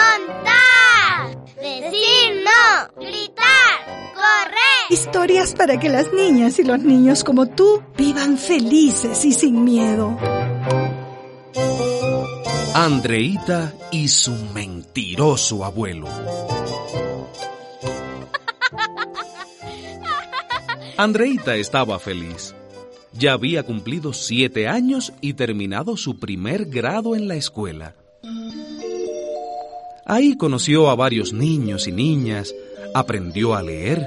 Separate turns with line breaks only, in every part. Contar, decir no, gritar, correr.
Historias para que las niñas y los niños como tú vivan felices y sin miedo.
Andreita y su mentiroso abuelo. Andreita estaba feliz. Ya había cumplido siete años y terminado su primer grado en la escuela. Ahí conoció a varios niños y niñas, aprendió a leer.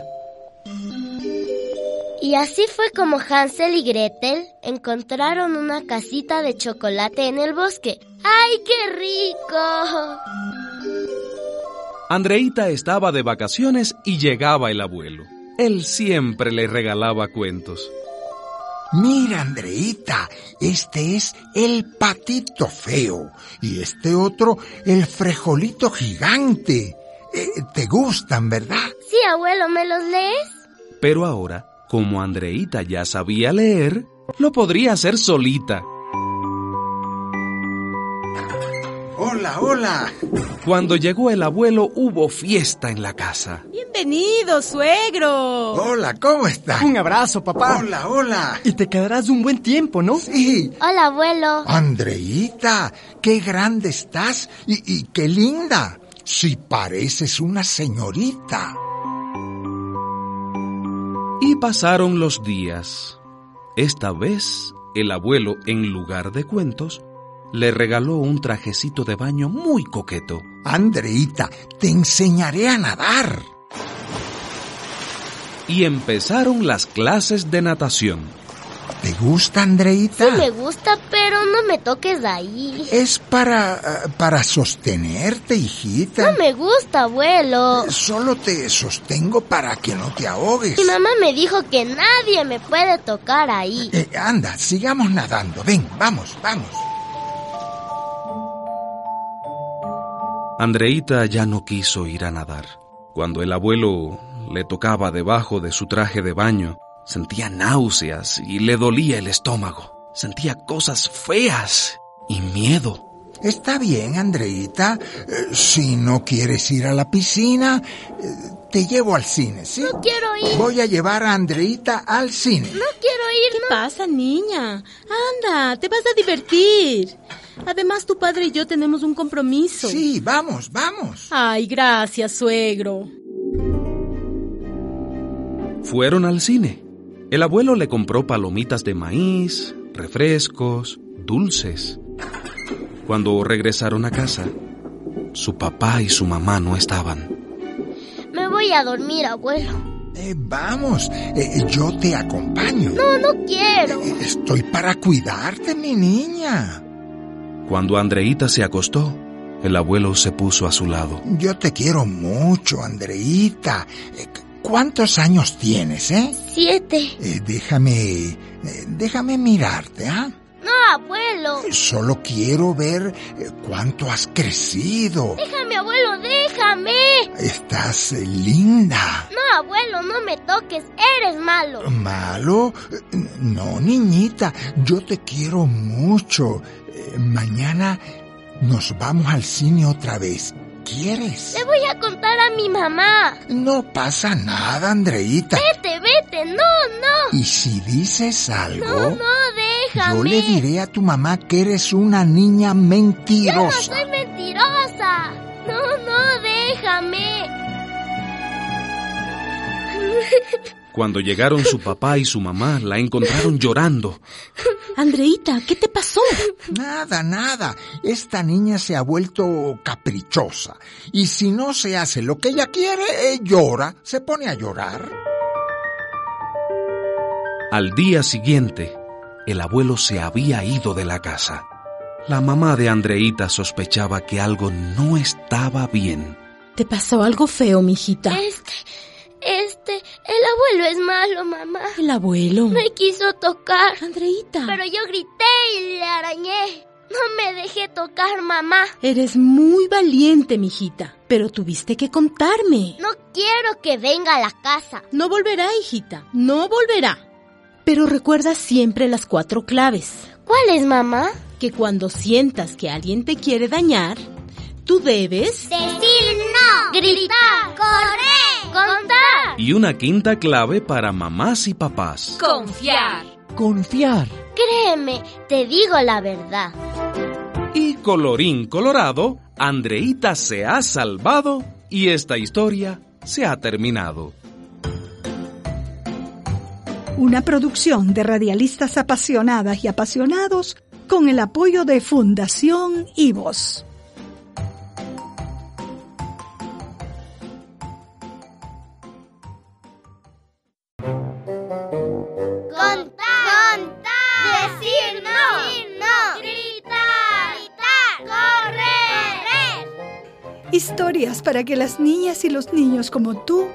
Y así fue como Hansel y Gretel encontraron una casita de chocolate en el bosque. ¡Ay, qué rico!
Andreita estaba de vacaciones y llegaba el abuelo. Él siempre le regalaba cuentos.
Mira, Andreita, este es el patito feo y este otro el frejolito gigante. Eh, ¿Te gustan, verdad?
Sí, abuelo, ¿me los lees?
Pero ahora, como Andreita ya sabía leer, lo podría hacer solita.
Hola, hola.
Cuando llegó el abuelo hubo fiesta en la casa.
Bienvenido, suegro.
Hola, ¿cómo estás?
Un abrazo, papá.
Hola, hola.
Y te quedarás un buen tiempo, ¿no?
Sí.
Hola, abuelo.
Andreita, qué grande estás y, y qué linda. Si pareces una señorita.
Y pasaron los días. Esta vez, el abuelo, en lugar de cuentos, le regaló un trajecito de baño muy coqueto.
Andreita, te enseñaré a nadar.
Y empezaron las clases de natación.
¿Te gusta, Andreita?
Me gusta, pero no me toques de ahí.
Ah. Es para, eh, para sostenerte, hijita.
No me gusta, abuelo.
Solo te sostengo para que no te ahogues.
Mi mamá me dijo que nadie me puede tocar ahí.
Eh, anda, sigamos nadando. Ven, vamos, vamos.
Andreita ya no quiso ir a nadar. Cuando el abuelo le tocaba debajo de su traje de baño, sentía náuseas y le dolía el estómago. Sentía cosas feas y miedo.
Está bien, Andreita. Eh, Si no quieres ir a la piscina, eh, te llevo al cine, ¿sí?
No quiero ir,
Voy a llevar a Andreita al cine.
no quiero ir,
¿Qué
no.
pasa, niña? Anda, te vas a divertir. Además, tu padre y yo tenemos un compromiso.
Sí, vamos, vamos.
Ay, gracias, suegro.
Fueron al cine. El abuelo le compró palomitas de maíz, refrescos, dulces. Cuando regresaron a casa, su papá y su mamá no estaban.
Me voy a dormir, abuelo.
Eh, vamos, eh, yo te acompaño.
No, no quiero.
Eh, Estoy para cuidarte, mi niña.
Cuando Andreita se acostó, el abuelo se puso a su lado.
Yo te quiero mucho, Andreita. Eh, ¿Cuántos años tienes, eh?
Siete.
Eh, déjame, eh, déjame mirarte, ¿ah?
No, abuelo.
Solo quiero ver eh, cuánto has crecido.
Déjame, abuelo, déjame.
Estás eh, linda.
No, abuelo, no me toques. Eres malo.
¿Malo? Eh, No, niñita, yo te quiero mucho. Eh, Mañana nos vamos al cine otra vez. ¿Quieres?
Le voy a contar a mi mamá.
No pasa nada, Andreita.
Vete, vete. No, no.
Y si dices
No,
algo,
no, déjame.
yo le diré a tu mamá que eres una niña
Yo no
mentirosa.
soy mentirosa. No, no, déjame.
Cuando llegaron su papá y su mamá, la encontraron llorando.
Andreita, ¿qué te pasó?
Nada, nada. Esta niña se ha vuelto caprichosa. Y si no se hace lo que ella quiere, eh, llora, se pone a llorar.
Al día siguiente, el abuelo se había ido de la casa. La mamá de Andreita sospechaba que algo no estaba bien.
¿Te pasó algo feo, mijita?
Este, este, el abuelo es malo, mamá.
El abuelo.
Me quiso tocar.
Andreita,
Pero yo grité y le arañé. No me dejé tocar, mamá.
eres muy valiente, mijita. Pero tuviste que contarme.
No quiero que venga a la casa.
No volverá, hijita. No volverá. Pero recuerda siempre las cuatro claves.
¿Cuál es, mamá?
que cuando sientas que alguien te quiere dañar, tú debes...
Decir no. Gritar. Correr. Contar.
Y una quinta clave para mamás y papás.
Confiar.
Confiar.
Créeme, te digo la verdad.
Y colorín colorado, Andreita se ha salvado y esta historia se ha terminado.
Una producción de radialistas apasionadas y apasionados con el apoyo de Fundación IVOS.
Contar. Contar. Decir no. Gritar. Correr.
Historias para que las niñas y los niños como tú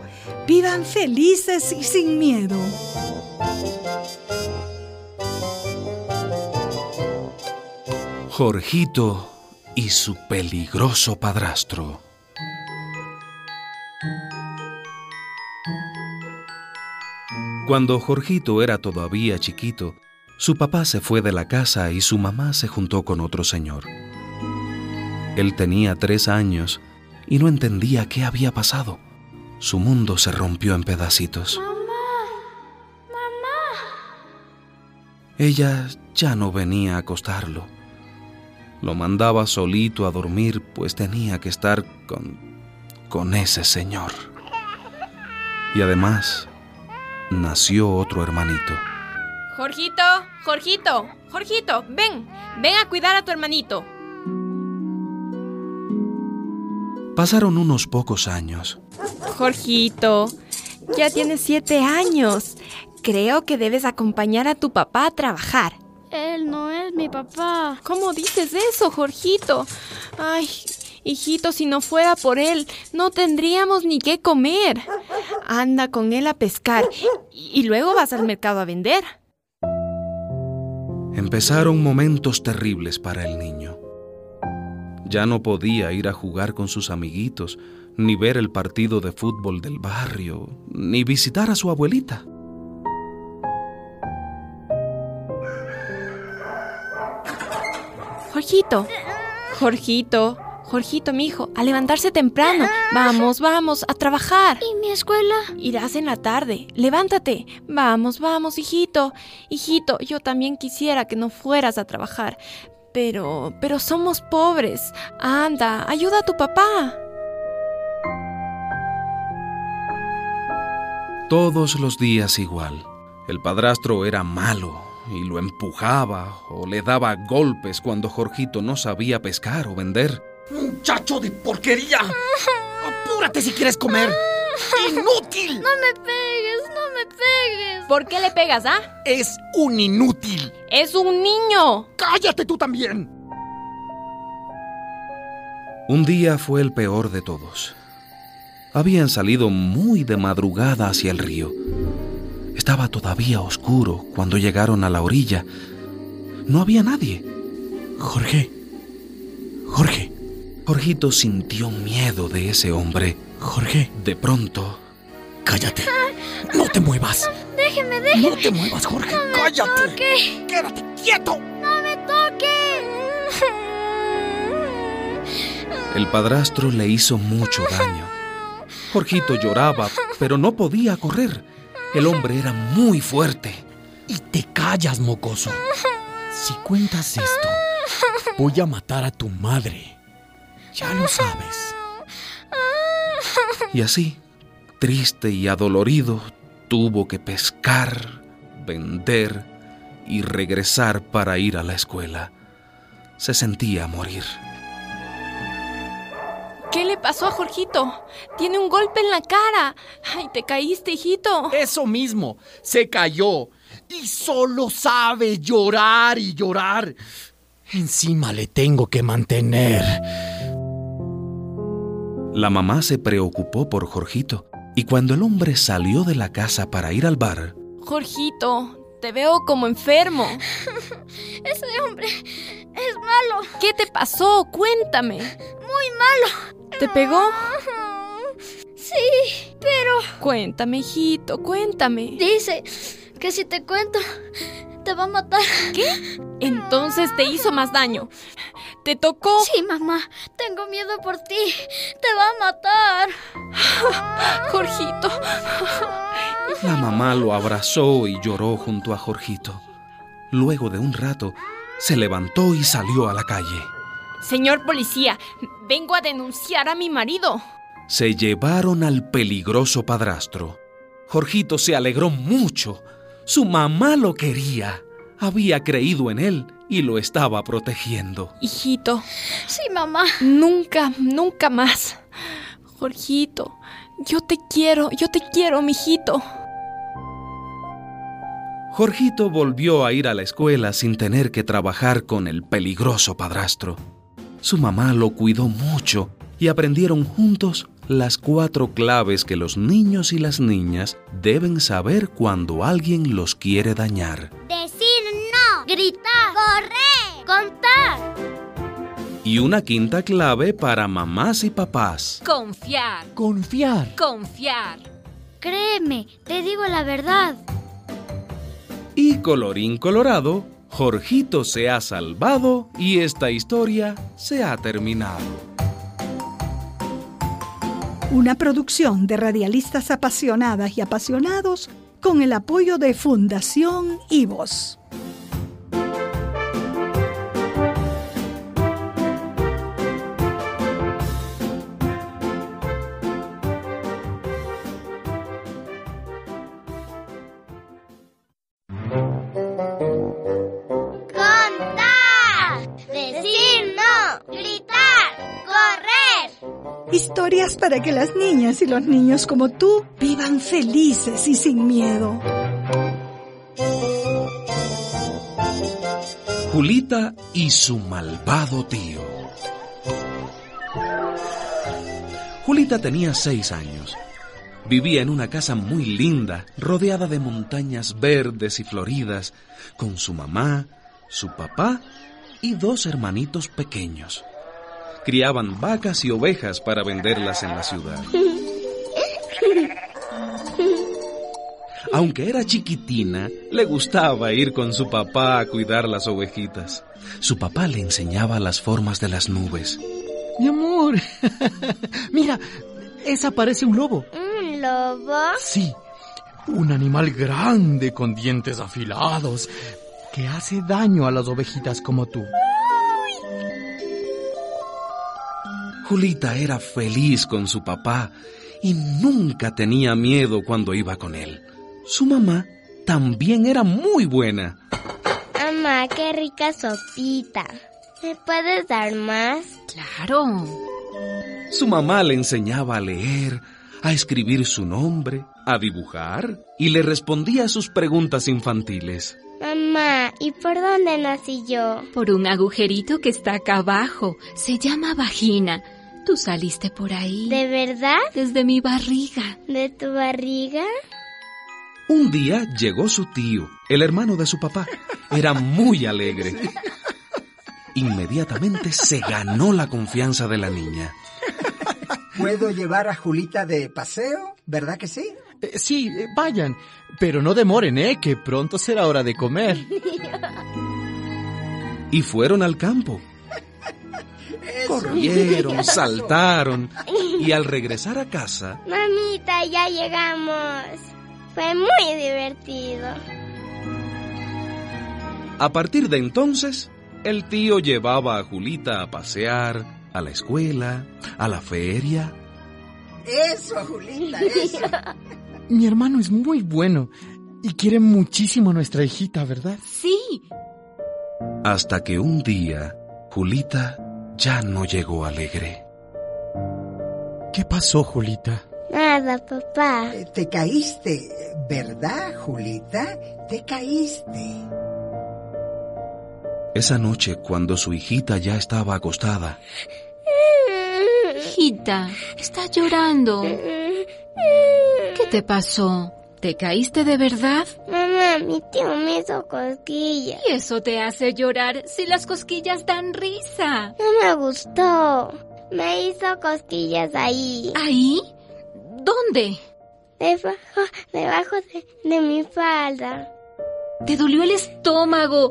vivan felices y sin miedo.
Jorgito y su peligroso padrastro. Cuando Jorgito era todavía chiquito, su papá se fue de la casa y su mamá se juntó con otro señor. Él tenía tres años y no entendía qué había pasado. Su mundo se rompió en pedacitos. Ella ya no venía a acostarlo. Lo mandaba solito a dormir, pues tenía que estar con... con ese señor. Y además, nació otro hermanito.
Jorgito, Jorgito, Jorgito, ven, ven a cuidar a tu hermanito.
Pasaron unos pocos años.
Jorgito, ya tienes siete años. Creo que debes acompañar a tu papá a trabajar.
Él no es mi papá.
¿Cómo dices eso, Jorgito? Ay, hijito, si no fuera por él, no tendríamos ni qué comer. Anda con él a pescar y, y luego vas al mercado a vender.
Empezaron momentos terribles para el niño. Ya no podía ir a jugar con sus amiguitos, ni ver el partido de fútbol del barrio, ni visitar a su abuelita.
Jorgito, Jorgito, Jorgito, mi hijo, a levantarse temprano. Vamos, vamos, a trabajar.
¿Y mi escuela?
Irás en la tarde. Levántate. Vamos, vamos, hijito. Hijito, yo también quisiera que no fueras a trabajar. Pero, pero somos pobres. Anda, ayuda a tu papá.
Todos los días igual. El padrastro era malo y lo empujaba o le daba golpes cuando Jorgito no sabía pescar o vender.
¡Muchacho de porquería! ¡Apúrate si quieres comer! ¡Inútil!
Ah. No me pegues, no me pegues.
¿Por qué le pegas, ah?
¡Es un inútil!
Es un niño.
¡Cállate tú también!
Un día fue el peor de todos. Habían salido muy de madrugada hacia el río. Estaba todavía oscuro cuando llegaron a la orilla. No había nadie.
Jorge. Jorge.
Jorgito sintió miedo de ese hombre.
Jorge.
De pronto,
Cállate. No te muevas.
Déjeme, déjeme.
No te muevas, Jorge.
¡Cállate!
toque.
¡Quédate quieto!
No me toque.
el padrastro le hizo mucho daño. Jorgito lloraba, pero no podía correr. El hombre era muy fuerte.
Y te callas, mocoso. Si cuentas esto, voy a matar a tu madre. Ya lo sabes.
Y así, triste y adolorido, tuvo que pescar, vender y regresar para ir a la escuela. Se sentía a morir.
¿Qué le pasó a Jorgito? Tiene un golpe en la cara. Ay, te caíste, hijito.
Eso mismo. Se cayó. Y solo sabe llorar y llorar.
Encima le tengo que mantener.
La mamá se preocupó por Jorgito y cuando el hombre salió de la casa para ir al bar,
Jorgito, te veo como enfermo.
Ese hombre es malo,
¿Qué te pasó? Cuéntame.
muy malo.
¿Te pegó?
Sí, pero
Cuéntame, hijito, cuéntame.
dice que si te cuento, te va a matar.
¿Qué? Entonces te hizo más daño. ¿Te tocó?
Sí, mamá. Tengo miedo por ti. Te va a matar.
Jorgito.
La mamá lo abrazó y lloró junto a Jorgito. Luego de un rato, se levantó y salió a la calle.
Señor policía, vengo a denunciar a mi marido.
Se llevaron al peligroso padrastro. Jorgito se alegró mucho. Su mamá lo quería. Había creído en él y lo estaba protegiendo.
Hijito.
Sí, mamá.
Nunca, nunca más. Jorgito, yo te quiero, yo te quiero, mijito.
Jorgito volvió a ir a la escuela sin tener que trabajar con el peligroso padrastro. Su mamá lo cuidó mucho y aprendieron juntos las cuatro claves que los niños y las niñas deben saber cuando alguien los quiere dañar.
Decir no. Gritar. Correr. Contar.
Y una quinta clave para mamás y papás.
Confiar.
Confiar.
Confiar.
Créeme, te digo la verdad.
Y colorín colorado, Jorgito se ha salvado y esta historia se ha terminado.
Una producción de radialistas apasionadas y apasionados con el apoyo de Fundación IVOS. Historias para que las niñas y los niños como tú vivan felices y sin miedo.
Julita y su malvado tío. Julita tenía seis años. Vivía en una casa muy linda, rodeada de montañas verdes y floridas, con su mamá, su papá y dos hermanitos pequeños criaban vacas y ovejas para venderlas en la ciudad. Aunque era chiquitina, le gustaba ir con su papá a cuidar las ovejitas. Su papá le enseñaba las formas de las nubes.
Mi amor, mira, esa parece un lobo.
¿Un lobo?
Sí, un animal grande con dientes afilados que hace daño a las ovejitas como tú.
Julita era feliz con su papá y nunca tenía miedo cuando iba con él. Su mamá también era muy buena.
Mamá, qué rica sopita. ¿Me puedes dar más?
Claro.
Su mamá le enseñaba a leer, a escribir su nombre, a dibujar y le respondía a sus preguntas infantiles.
Mamá, ¿y por dónde nací yo?
Por un agujerito que está acá abajo. Se llama vagina. Tú saliste por ahí.
¿De verdad?
Desde mi barriga.
¿De tu barriga?
Un día llegó su tío, el hermano de su papá. Era muy alegre. Inmediatamente se ganó la confianza de la niña.
¿Puedo llevar a Julita de paseo? ¿Verdad que sí?
Eh, sí, eh, vayan, pero no demoren, ¿eh? Que pronto será hora de comer.
y fueron al campo. Corrieron, saltaron y al regresar a casa...
Mamita, ya llegamos. Fue muy divertido.
A partir de entonces, el tío llevaba a Julita a pasear, a la escuela, a la feria.
Eso, Julita, eso.
Mi hermano es muy bueno y quiere muchísimo a nuestra hijita, ¿verdad?
Sí.
Hasta que un día, Julita ya no llegó alegre.
¿Qué pasó, Julita?
Nada, papá.
Te caíste, ¿verdad, Julita? Te caíste.
Esa noche, cuando su hijita ya estaba acostada.
Hijita, está llorando. ¿Qué te pasó? ¿Te caíste de verdad?
Mamá, mi tío me hizo cosquillas.
¿Y eso te hace llorar si las cosquillas dan risa?
No me gustó. Me hizo cosquillas ahí.
¿Ahí? ¿Dónde?
Debajo, debajo de, de mi falda.
¿Te dolió el estómago?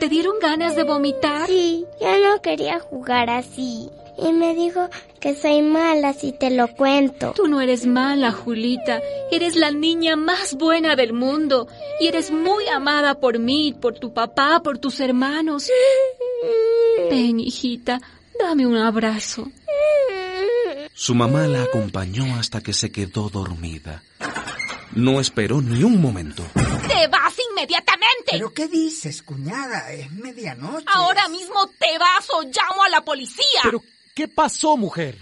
¿Te dieron ganas de vomitar?
Sí, yo no quería jugar así. Y me dijo que soy mala si te lo cuento.
Tú no eres mala, Julita. Eres la niña más buena del mundo. Y eres muy amada por mí, por tu papá, por tus hermanos. Ven, hijita, dame un abrazo.
Su mamá la acompañó hasta que se quedó dormida. No esperó ni un momento.
¡Te vas inmediatamente!
¿Pero qué dices, cuñada? Es medianoche.
Ahora mismo te vas o llamo a la policía.
¿Pero qué pasó, mujer?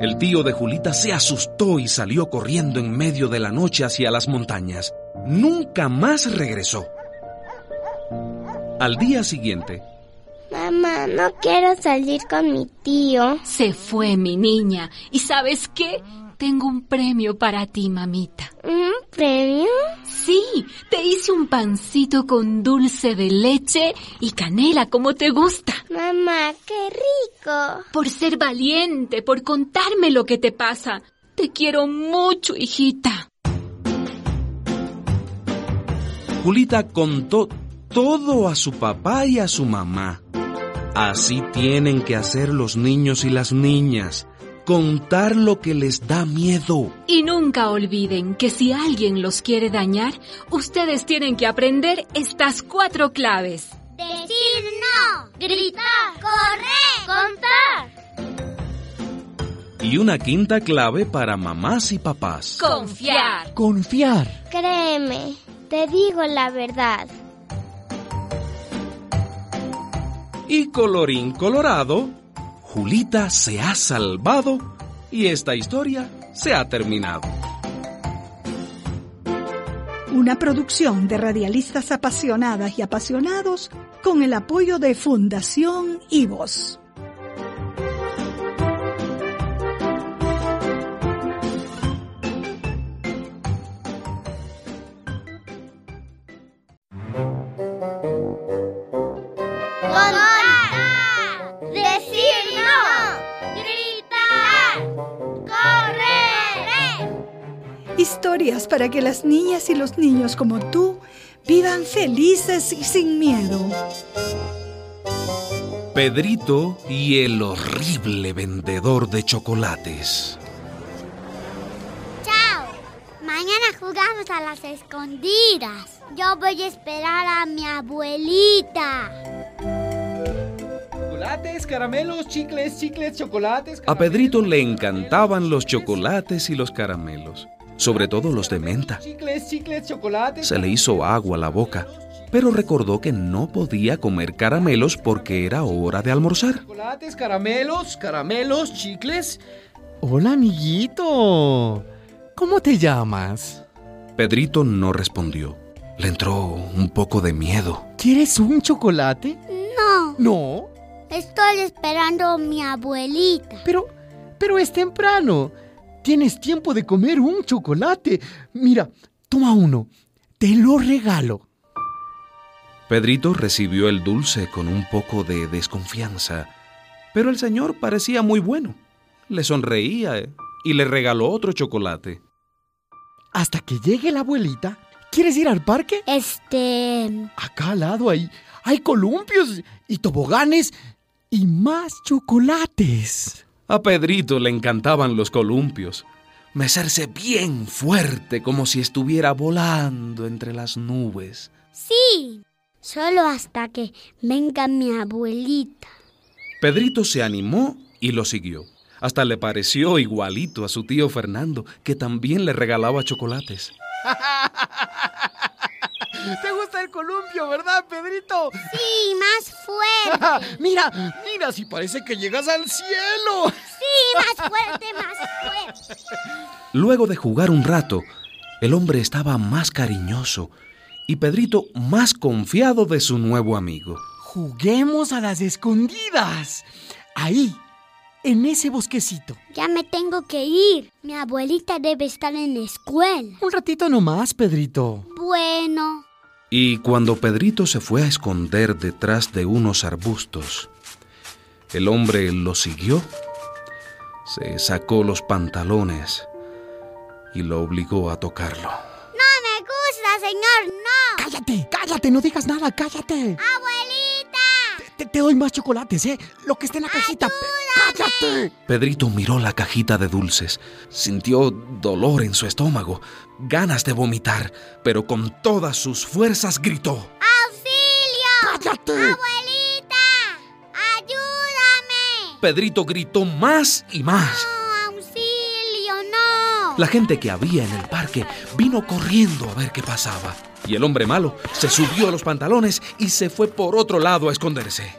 El tío de Julita se asustó y salió corriendo en medio de la noche hacia las montañas. Nunca más regresó. Al día siguiente,
Mamá, no quiero salir con mi tío.
Se fue mi niña. ¿Y sabes qué? Tengo un premio para ti, mamita.
¿Un premio?
Sí, te hice un pancito con dulce de leche y canela como te gusta.
Mamá, qué rico.
Por ser valiente, por contarme lo que te pasa. Te quiero mucho, hijita.
Julita contó todo a su papá y a su mamá. Así tienen que hacer los niños y las niñas, contar lo que les da miedo.
Y nunca olviden que si alguien los quiere dañar, ustedes tienen que aprender estas cuatro claves.
Decir no, gritar, correr, contar.
Y una quinta clave para mamás y papás.
Confiar.
Confiar.
Créeme, te digo la verdad.
Y colorín colorado, Julita se ha salvado y esta historia se ha terminado.
Una producción de radialistas apasionadas y apasionados con el apoyo de Fundación IVOS. Historias para que las niñas y los niños como tú vivan felices y sin miedo.
Pedrito y el horrible vendedor de chocolates.
Chao. Mañana jugamos a las escondidas. Yo voy a esperar a mi abuelita.
Chocolates, caramelos, chicles, chicles, chocolates.
A Pedrito le encantaban los chocolates y los caramelos, sobre todo los de menta.
Chicles, chicles, chocolates.
Se le hizo agua a la boca, pero recordó que no podía comer caramelos porque era hora de almorzar.
Chocolates, caramelos, caramelos, chicles.
Hola, amiguito. ¿Cómo te llamas?
Pedrito no respondió. Le entró un poco de miedo.
¿Quieres un chocolate?
No.
¿No?
Estoy esperando a mi abuelita.
Pero, pero es temprano. Tienes tiempo de comer un chocolate. Mira, toma uno. Te lo regalo.
Pedrito recibió el dulce con un poco de desconfianza, pero el señor parecía muy bueno. Le sonreía eh, y le regaló otro chocolate.
Hasta que llegue la abuelita, ¿quieres ir al parque?
Este...
Acá al lado hay, hay columpios y toboganes y más chocolates.
A Pedrito le encantaban los columpios. Mecerse bien fuerte como si estuviera volando entre las nubes.
Sí, solo hasta que venga mi abuelita.
Pedrito se animó y lo siguió. Hasta le pareció igualito a su tío Fernando, que también le regalaba chocolates.
¿Te gusta el columpio, verdad, Pedrito?
Sí, más fuerte.
mira, mira, si parece que llegas al cielo.
Sí, más fuerte, más fuerte.
Luego de jugar un rato, el hombre estaba más cariñoso y Pedrito más confiado de su nuevo amigo.
Juguemos a las escondidas. Ahí, en ese bosquecito.
Ya me tengo que ir. Mi abuelita debe estar en la escuela.
Un ratito nomás, Pedrito.
Bueno.
Y cuando Pedrito se fue a esconder detrás de unos arbustos, el hombre lo siguió, se sacó los pantalones y lo obligó a tocarlo. ¡No
me gusta, señor! ¡No!
cállate, cállate, no digas nada, cállate.
¡Abuelita!
Te, te doy más chocolates, ¿eh? Lo que esté en la cajita. ¡Cállate!
Pedrito miró la cajita de dulces. Sintió dolor en su estómago, ganas de vomitar, pero con todas sus fuerzas gritó.
¡Auxilio!
¡Cállate!
¡Abuelita! ¡Ayúdame!
Pedrito gritó más y más.
¡No, auxilio, no!
La gente que había en el parque vino corriendo a ver qué pasaba. Y el hombre malo se subió a los pantalones y se fue por otro lado a esconderse.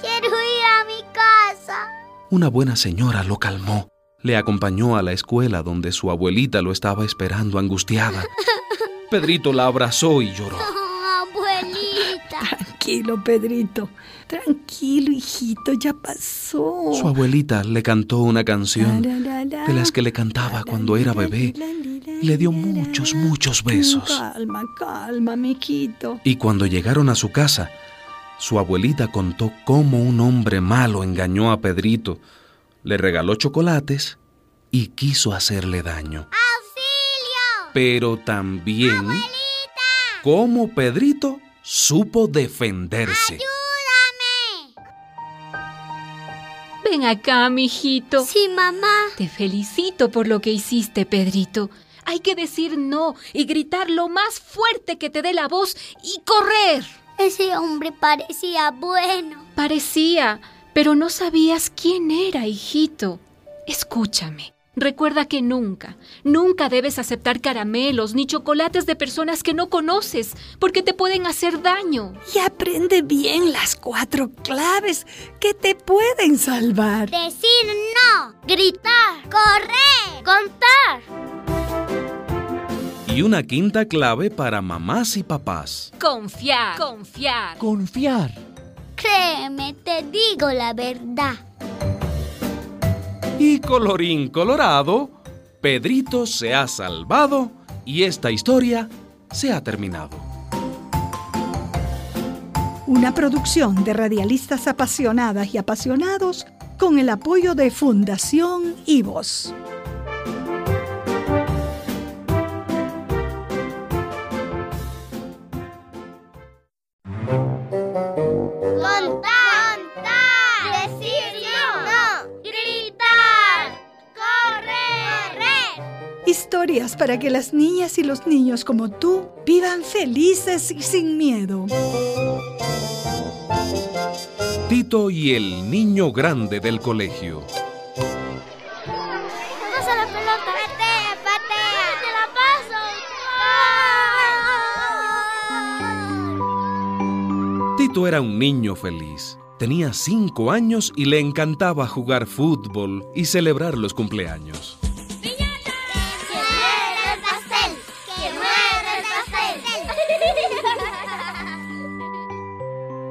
¡Quiero ir a mi casa!
Una buena señora lo calmó. Le acompañó a la escuela donde su abuelita lo estaba esperando angustiada. Pedrito la abrazó y lloró.
¡No, abuelita!
Tranquilo, Pedrito. Tranquilo, hijito, ya pasó.
Su abuelita le cantó una canción
La, la, la,
de las que le cantaba cuando era bebé. y Le dio muchos, muchos besos.
Calma, calma, mijito.
Y cuando llegaron a su casa, su abuelita contó cómo un hombre malo engañó a Pedrito, le regaló chocolates y quiso hacerle daño.
¡Auxilio!
Pero también cómo Pedrito supo defenderse.
¡Ayúdame!
Ven acá, mijito.
Sí, mamá.
Te felicito por lo que hiciste, Pedrito. Hay que decir no y gritar lo más fuerte que te dé la voz y correr.
Ese hombre parecía bueno.
Parecía, pero no sabías quién era, hijito. Escúchame. Recuerda que nunca, nunca debes aceptar caramelos ni chocolates de personas que no conoces, porque te pueden hacer daño.
Y aprende bien las cuatro claves que te pueden salvar.
Decir no. Gritar. Correr. Contar.
Y una quinta clave para mamás y papás.
Confiar, confiar.
Confiar.
Créeme, te digo la verdad.
Y colorín colorado, Pedrito se ha salvado y esta historia se ha terminado.
Una producción de radialistas apasionadas y apasionados con el apoyo de Fundación IVOS.
Contar. Contar. Decir no. Gritar. Correr.
Historias para que las niñas y los niños como tú vivan felices y sin miedo.
Tito y el niño grande del colegio.
Pasa la pelota. Patea, patea. Te la paso.
Tito era un niño feliz. Tenía cinco años y le encantaba jugar fútbol y celebrar los cumpleaños.
Que muera el pastel. Que muera el pastel.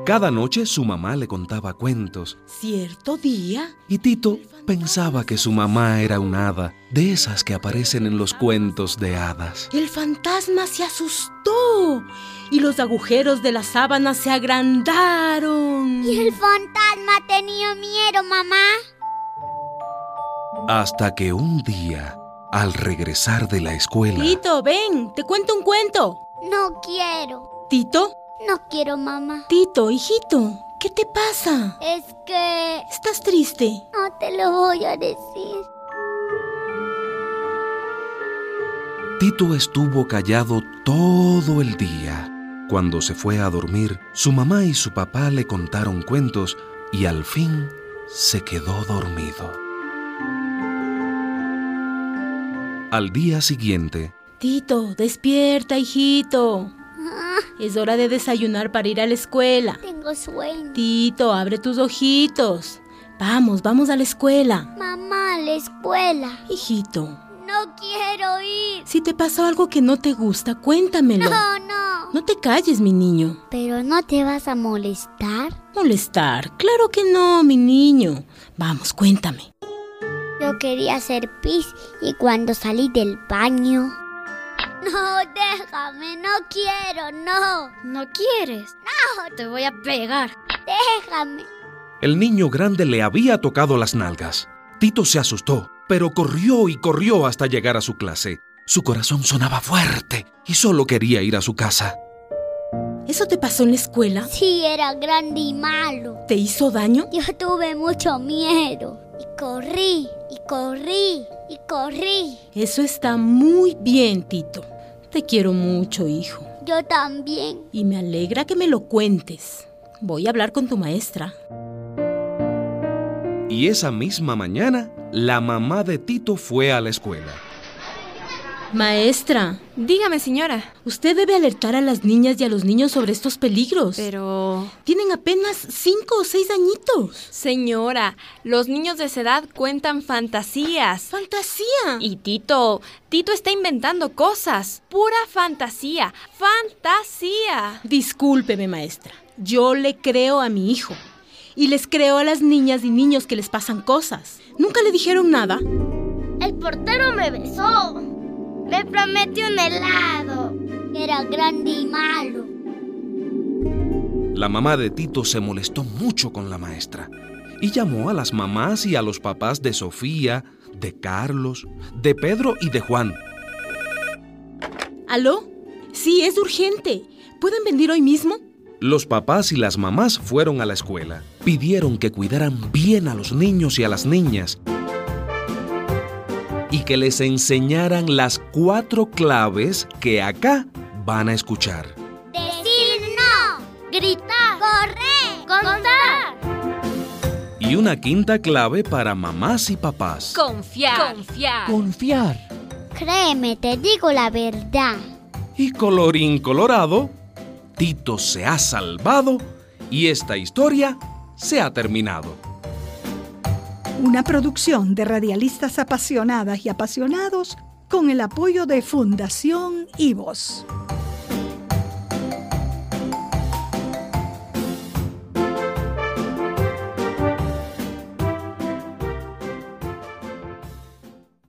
Cada noche su mamá le contaba cuentos
Cierto día,
y Tito pensaba que su mamá era un hada, de esas que aparecen en los cuentos de hadas.
el fantasma se asustó y los agujeros de la sábana se agrandaron.
Y el fantasma tenía miedo, mamá.
Hasta que un día, al regresar de la escuela,
Tito, ven, te cuento un cuento.
No quiero.
Tito,
No quiero, mamá.
Tito, hijito, ¿qué te pasa?
Es que
¿Estás triste?
no te lo voy a decir.
Tito estuvo callado todo el día. Cuando se fue a dormir, su mamá y su papá le contaron cuentos y al fin se quedó dormido. Al día siguiente,
Tito, despierta, hijito.
Ah,
Es hora de desayunar para ir a la escuela.
tengo sueño.
Tito, abre tus ojitos. Vamos, vamos a la escuela.
Mamá, la escuela.
Hijito,
No quiero ir.
si te pasó algo que no te gusta, cuéntamelo.
No, no.
No te calles, mi niño.
Pero no te vas a molestar.
Molestar, claro que no, mi niño. Vamos, cuéntame.
Yo quería hacer pis y cuando salí del baño. No, déjame, no quiero, no. ¿No quieres? No. Te voy a pegar. Déjame.
el niño grande le había tocado las nalgas. Tito se asustó, pero corrió y corrió hasta llegar a su clase. Su corazón sonaba fuerte y solo quería ir a su casa.
¿Eso te pasó en la escuela?
Sí, era grande y malo.
¿Te hizo daño?
Yo tuve mucho miedo. Y corrí, y corrí, y corrí.
Eso está muy bien, Tito. Te quiero mucho, hijo.
Yo también.
Y me alegra que me lo cuentes. Voy a hablar con tu maestra.
Y esa misma mañana, la mamá de Tito fue a la escuela.
Maestra,
Dígame, señora.
usted debe alertar a las niñas y a los niños sobre estos peligros.
Pero...
Tienen apenas cinco o seis añitos.
Señora, los niños de esa edad cuentan fantasías.
¡Fantasía!
Y Tito, Tito está inventando cosas. Pura fantasía. Fantasía.
Discúlpeme, maestra. Yo le creo a mi hijo. Y les creo a las niñas y niños que les pasan cosas. Nunca le dijeron nada.
El portero me besó. Me prometió un helado.
Era grande y malo.
La mamá de Tito se molestó mucho con la maestra y llamó a las mamás y a los papás de Sofía, de Carlos, de Pedro y de Juan.
¿Aló? Sí, es urgente. ¿Pueden venir hoy mismo?
Los papás y las mamás fueron a la escuela. Pidieron que cuidaran bien a los niños y a las niñas y que les enseñaran las cuatro claves que acá van a escuchar.
Decir no.
Gritar.
Correr.
Contar.
Y una quinta clave para mamás y papás.
Confiar. Confiar.
Confiar.
Créeme, te digo la verdad.
Y colorín colorado, Tito se ha salvado y esta historia se ha terminado.
Una producción de radialistas apasionadas y apasionados con el apoyo de Fundación Ivos.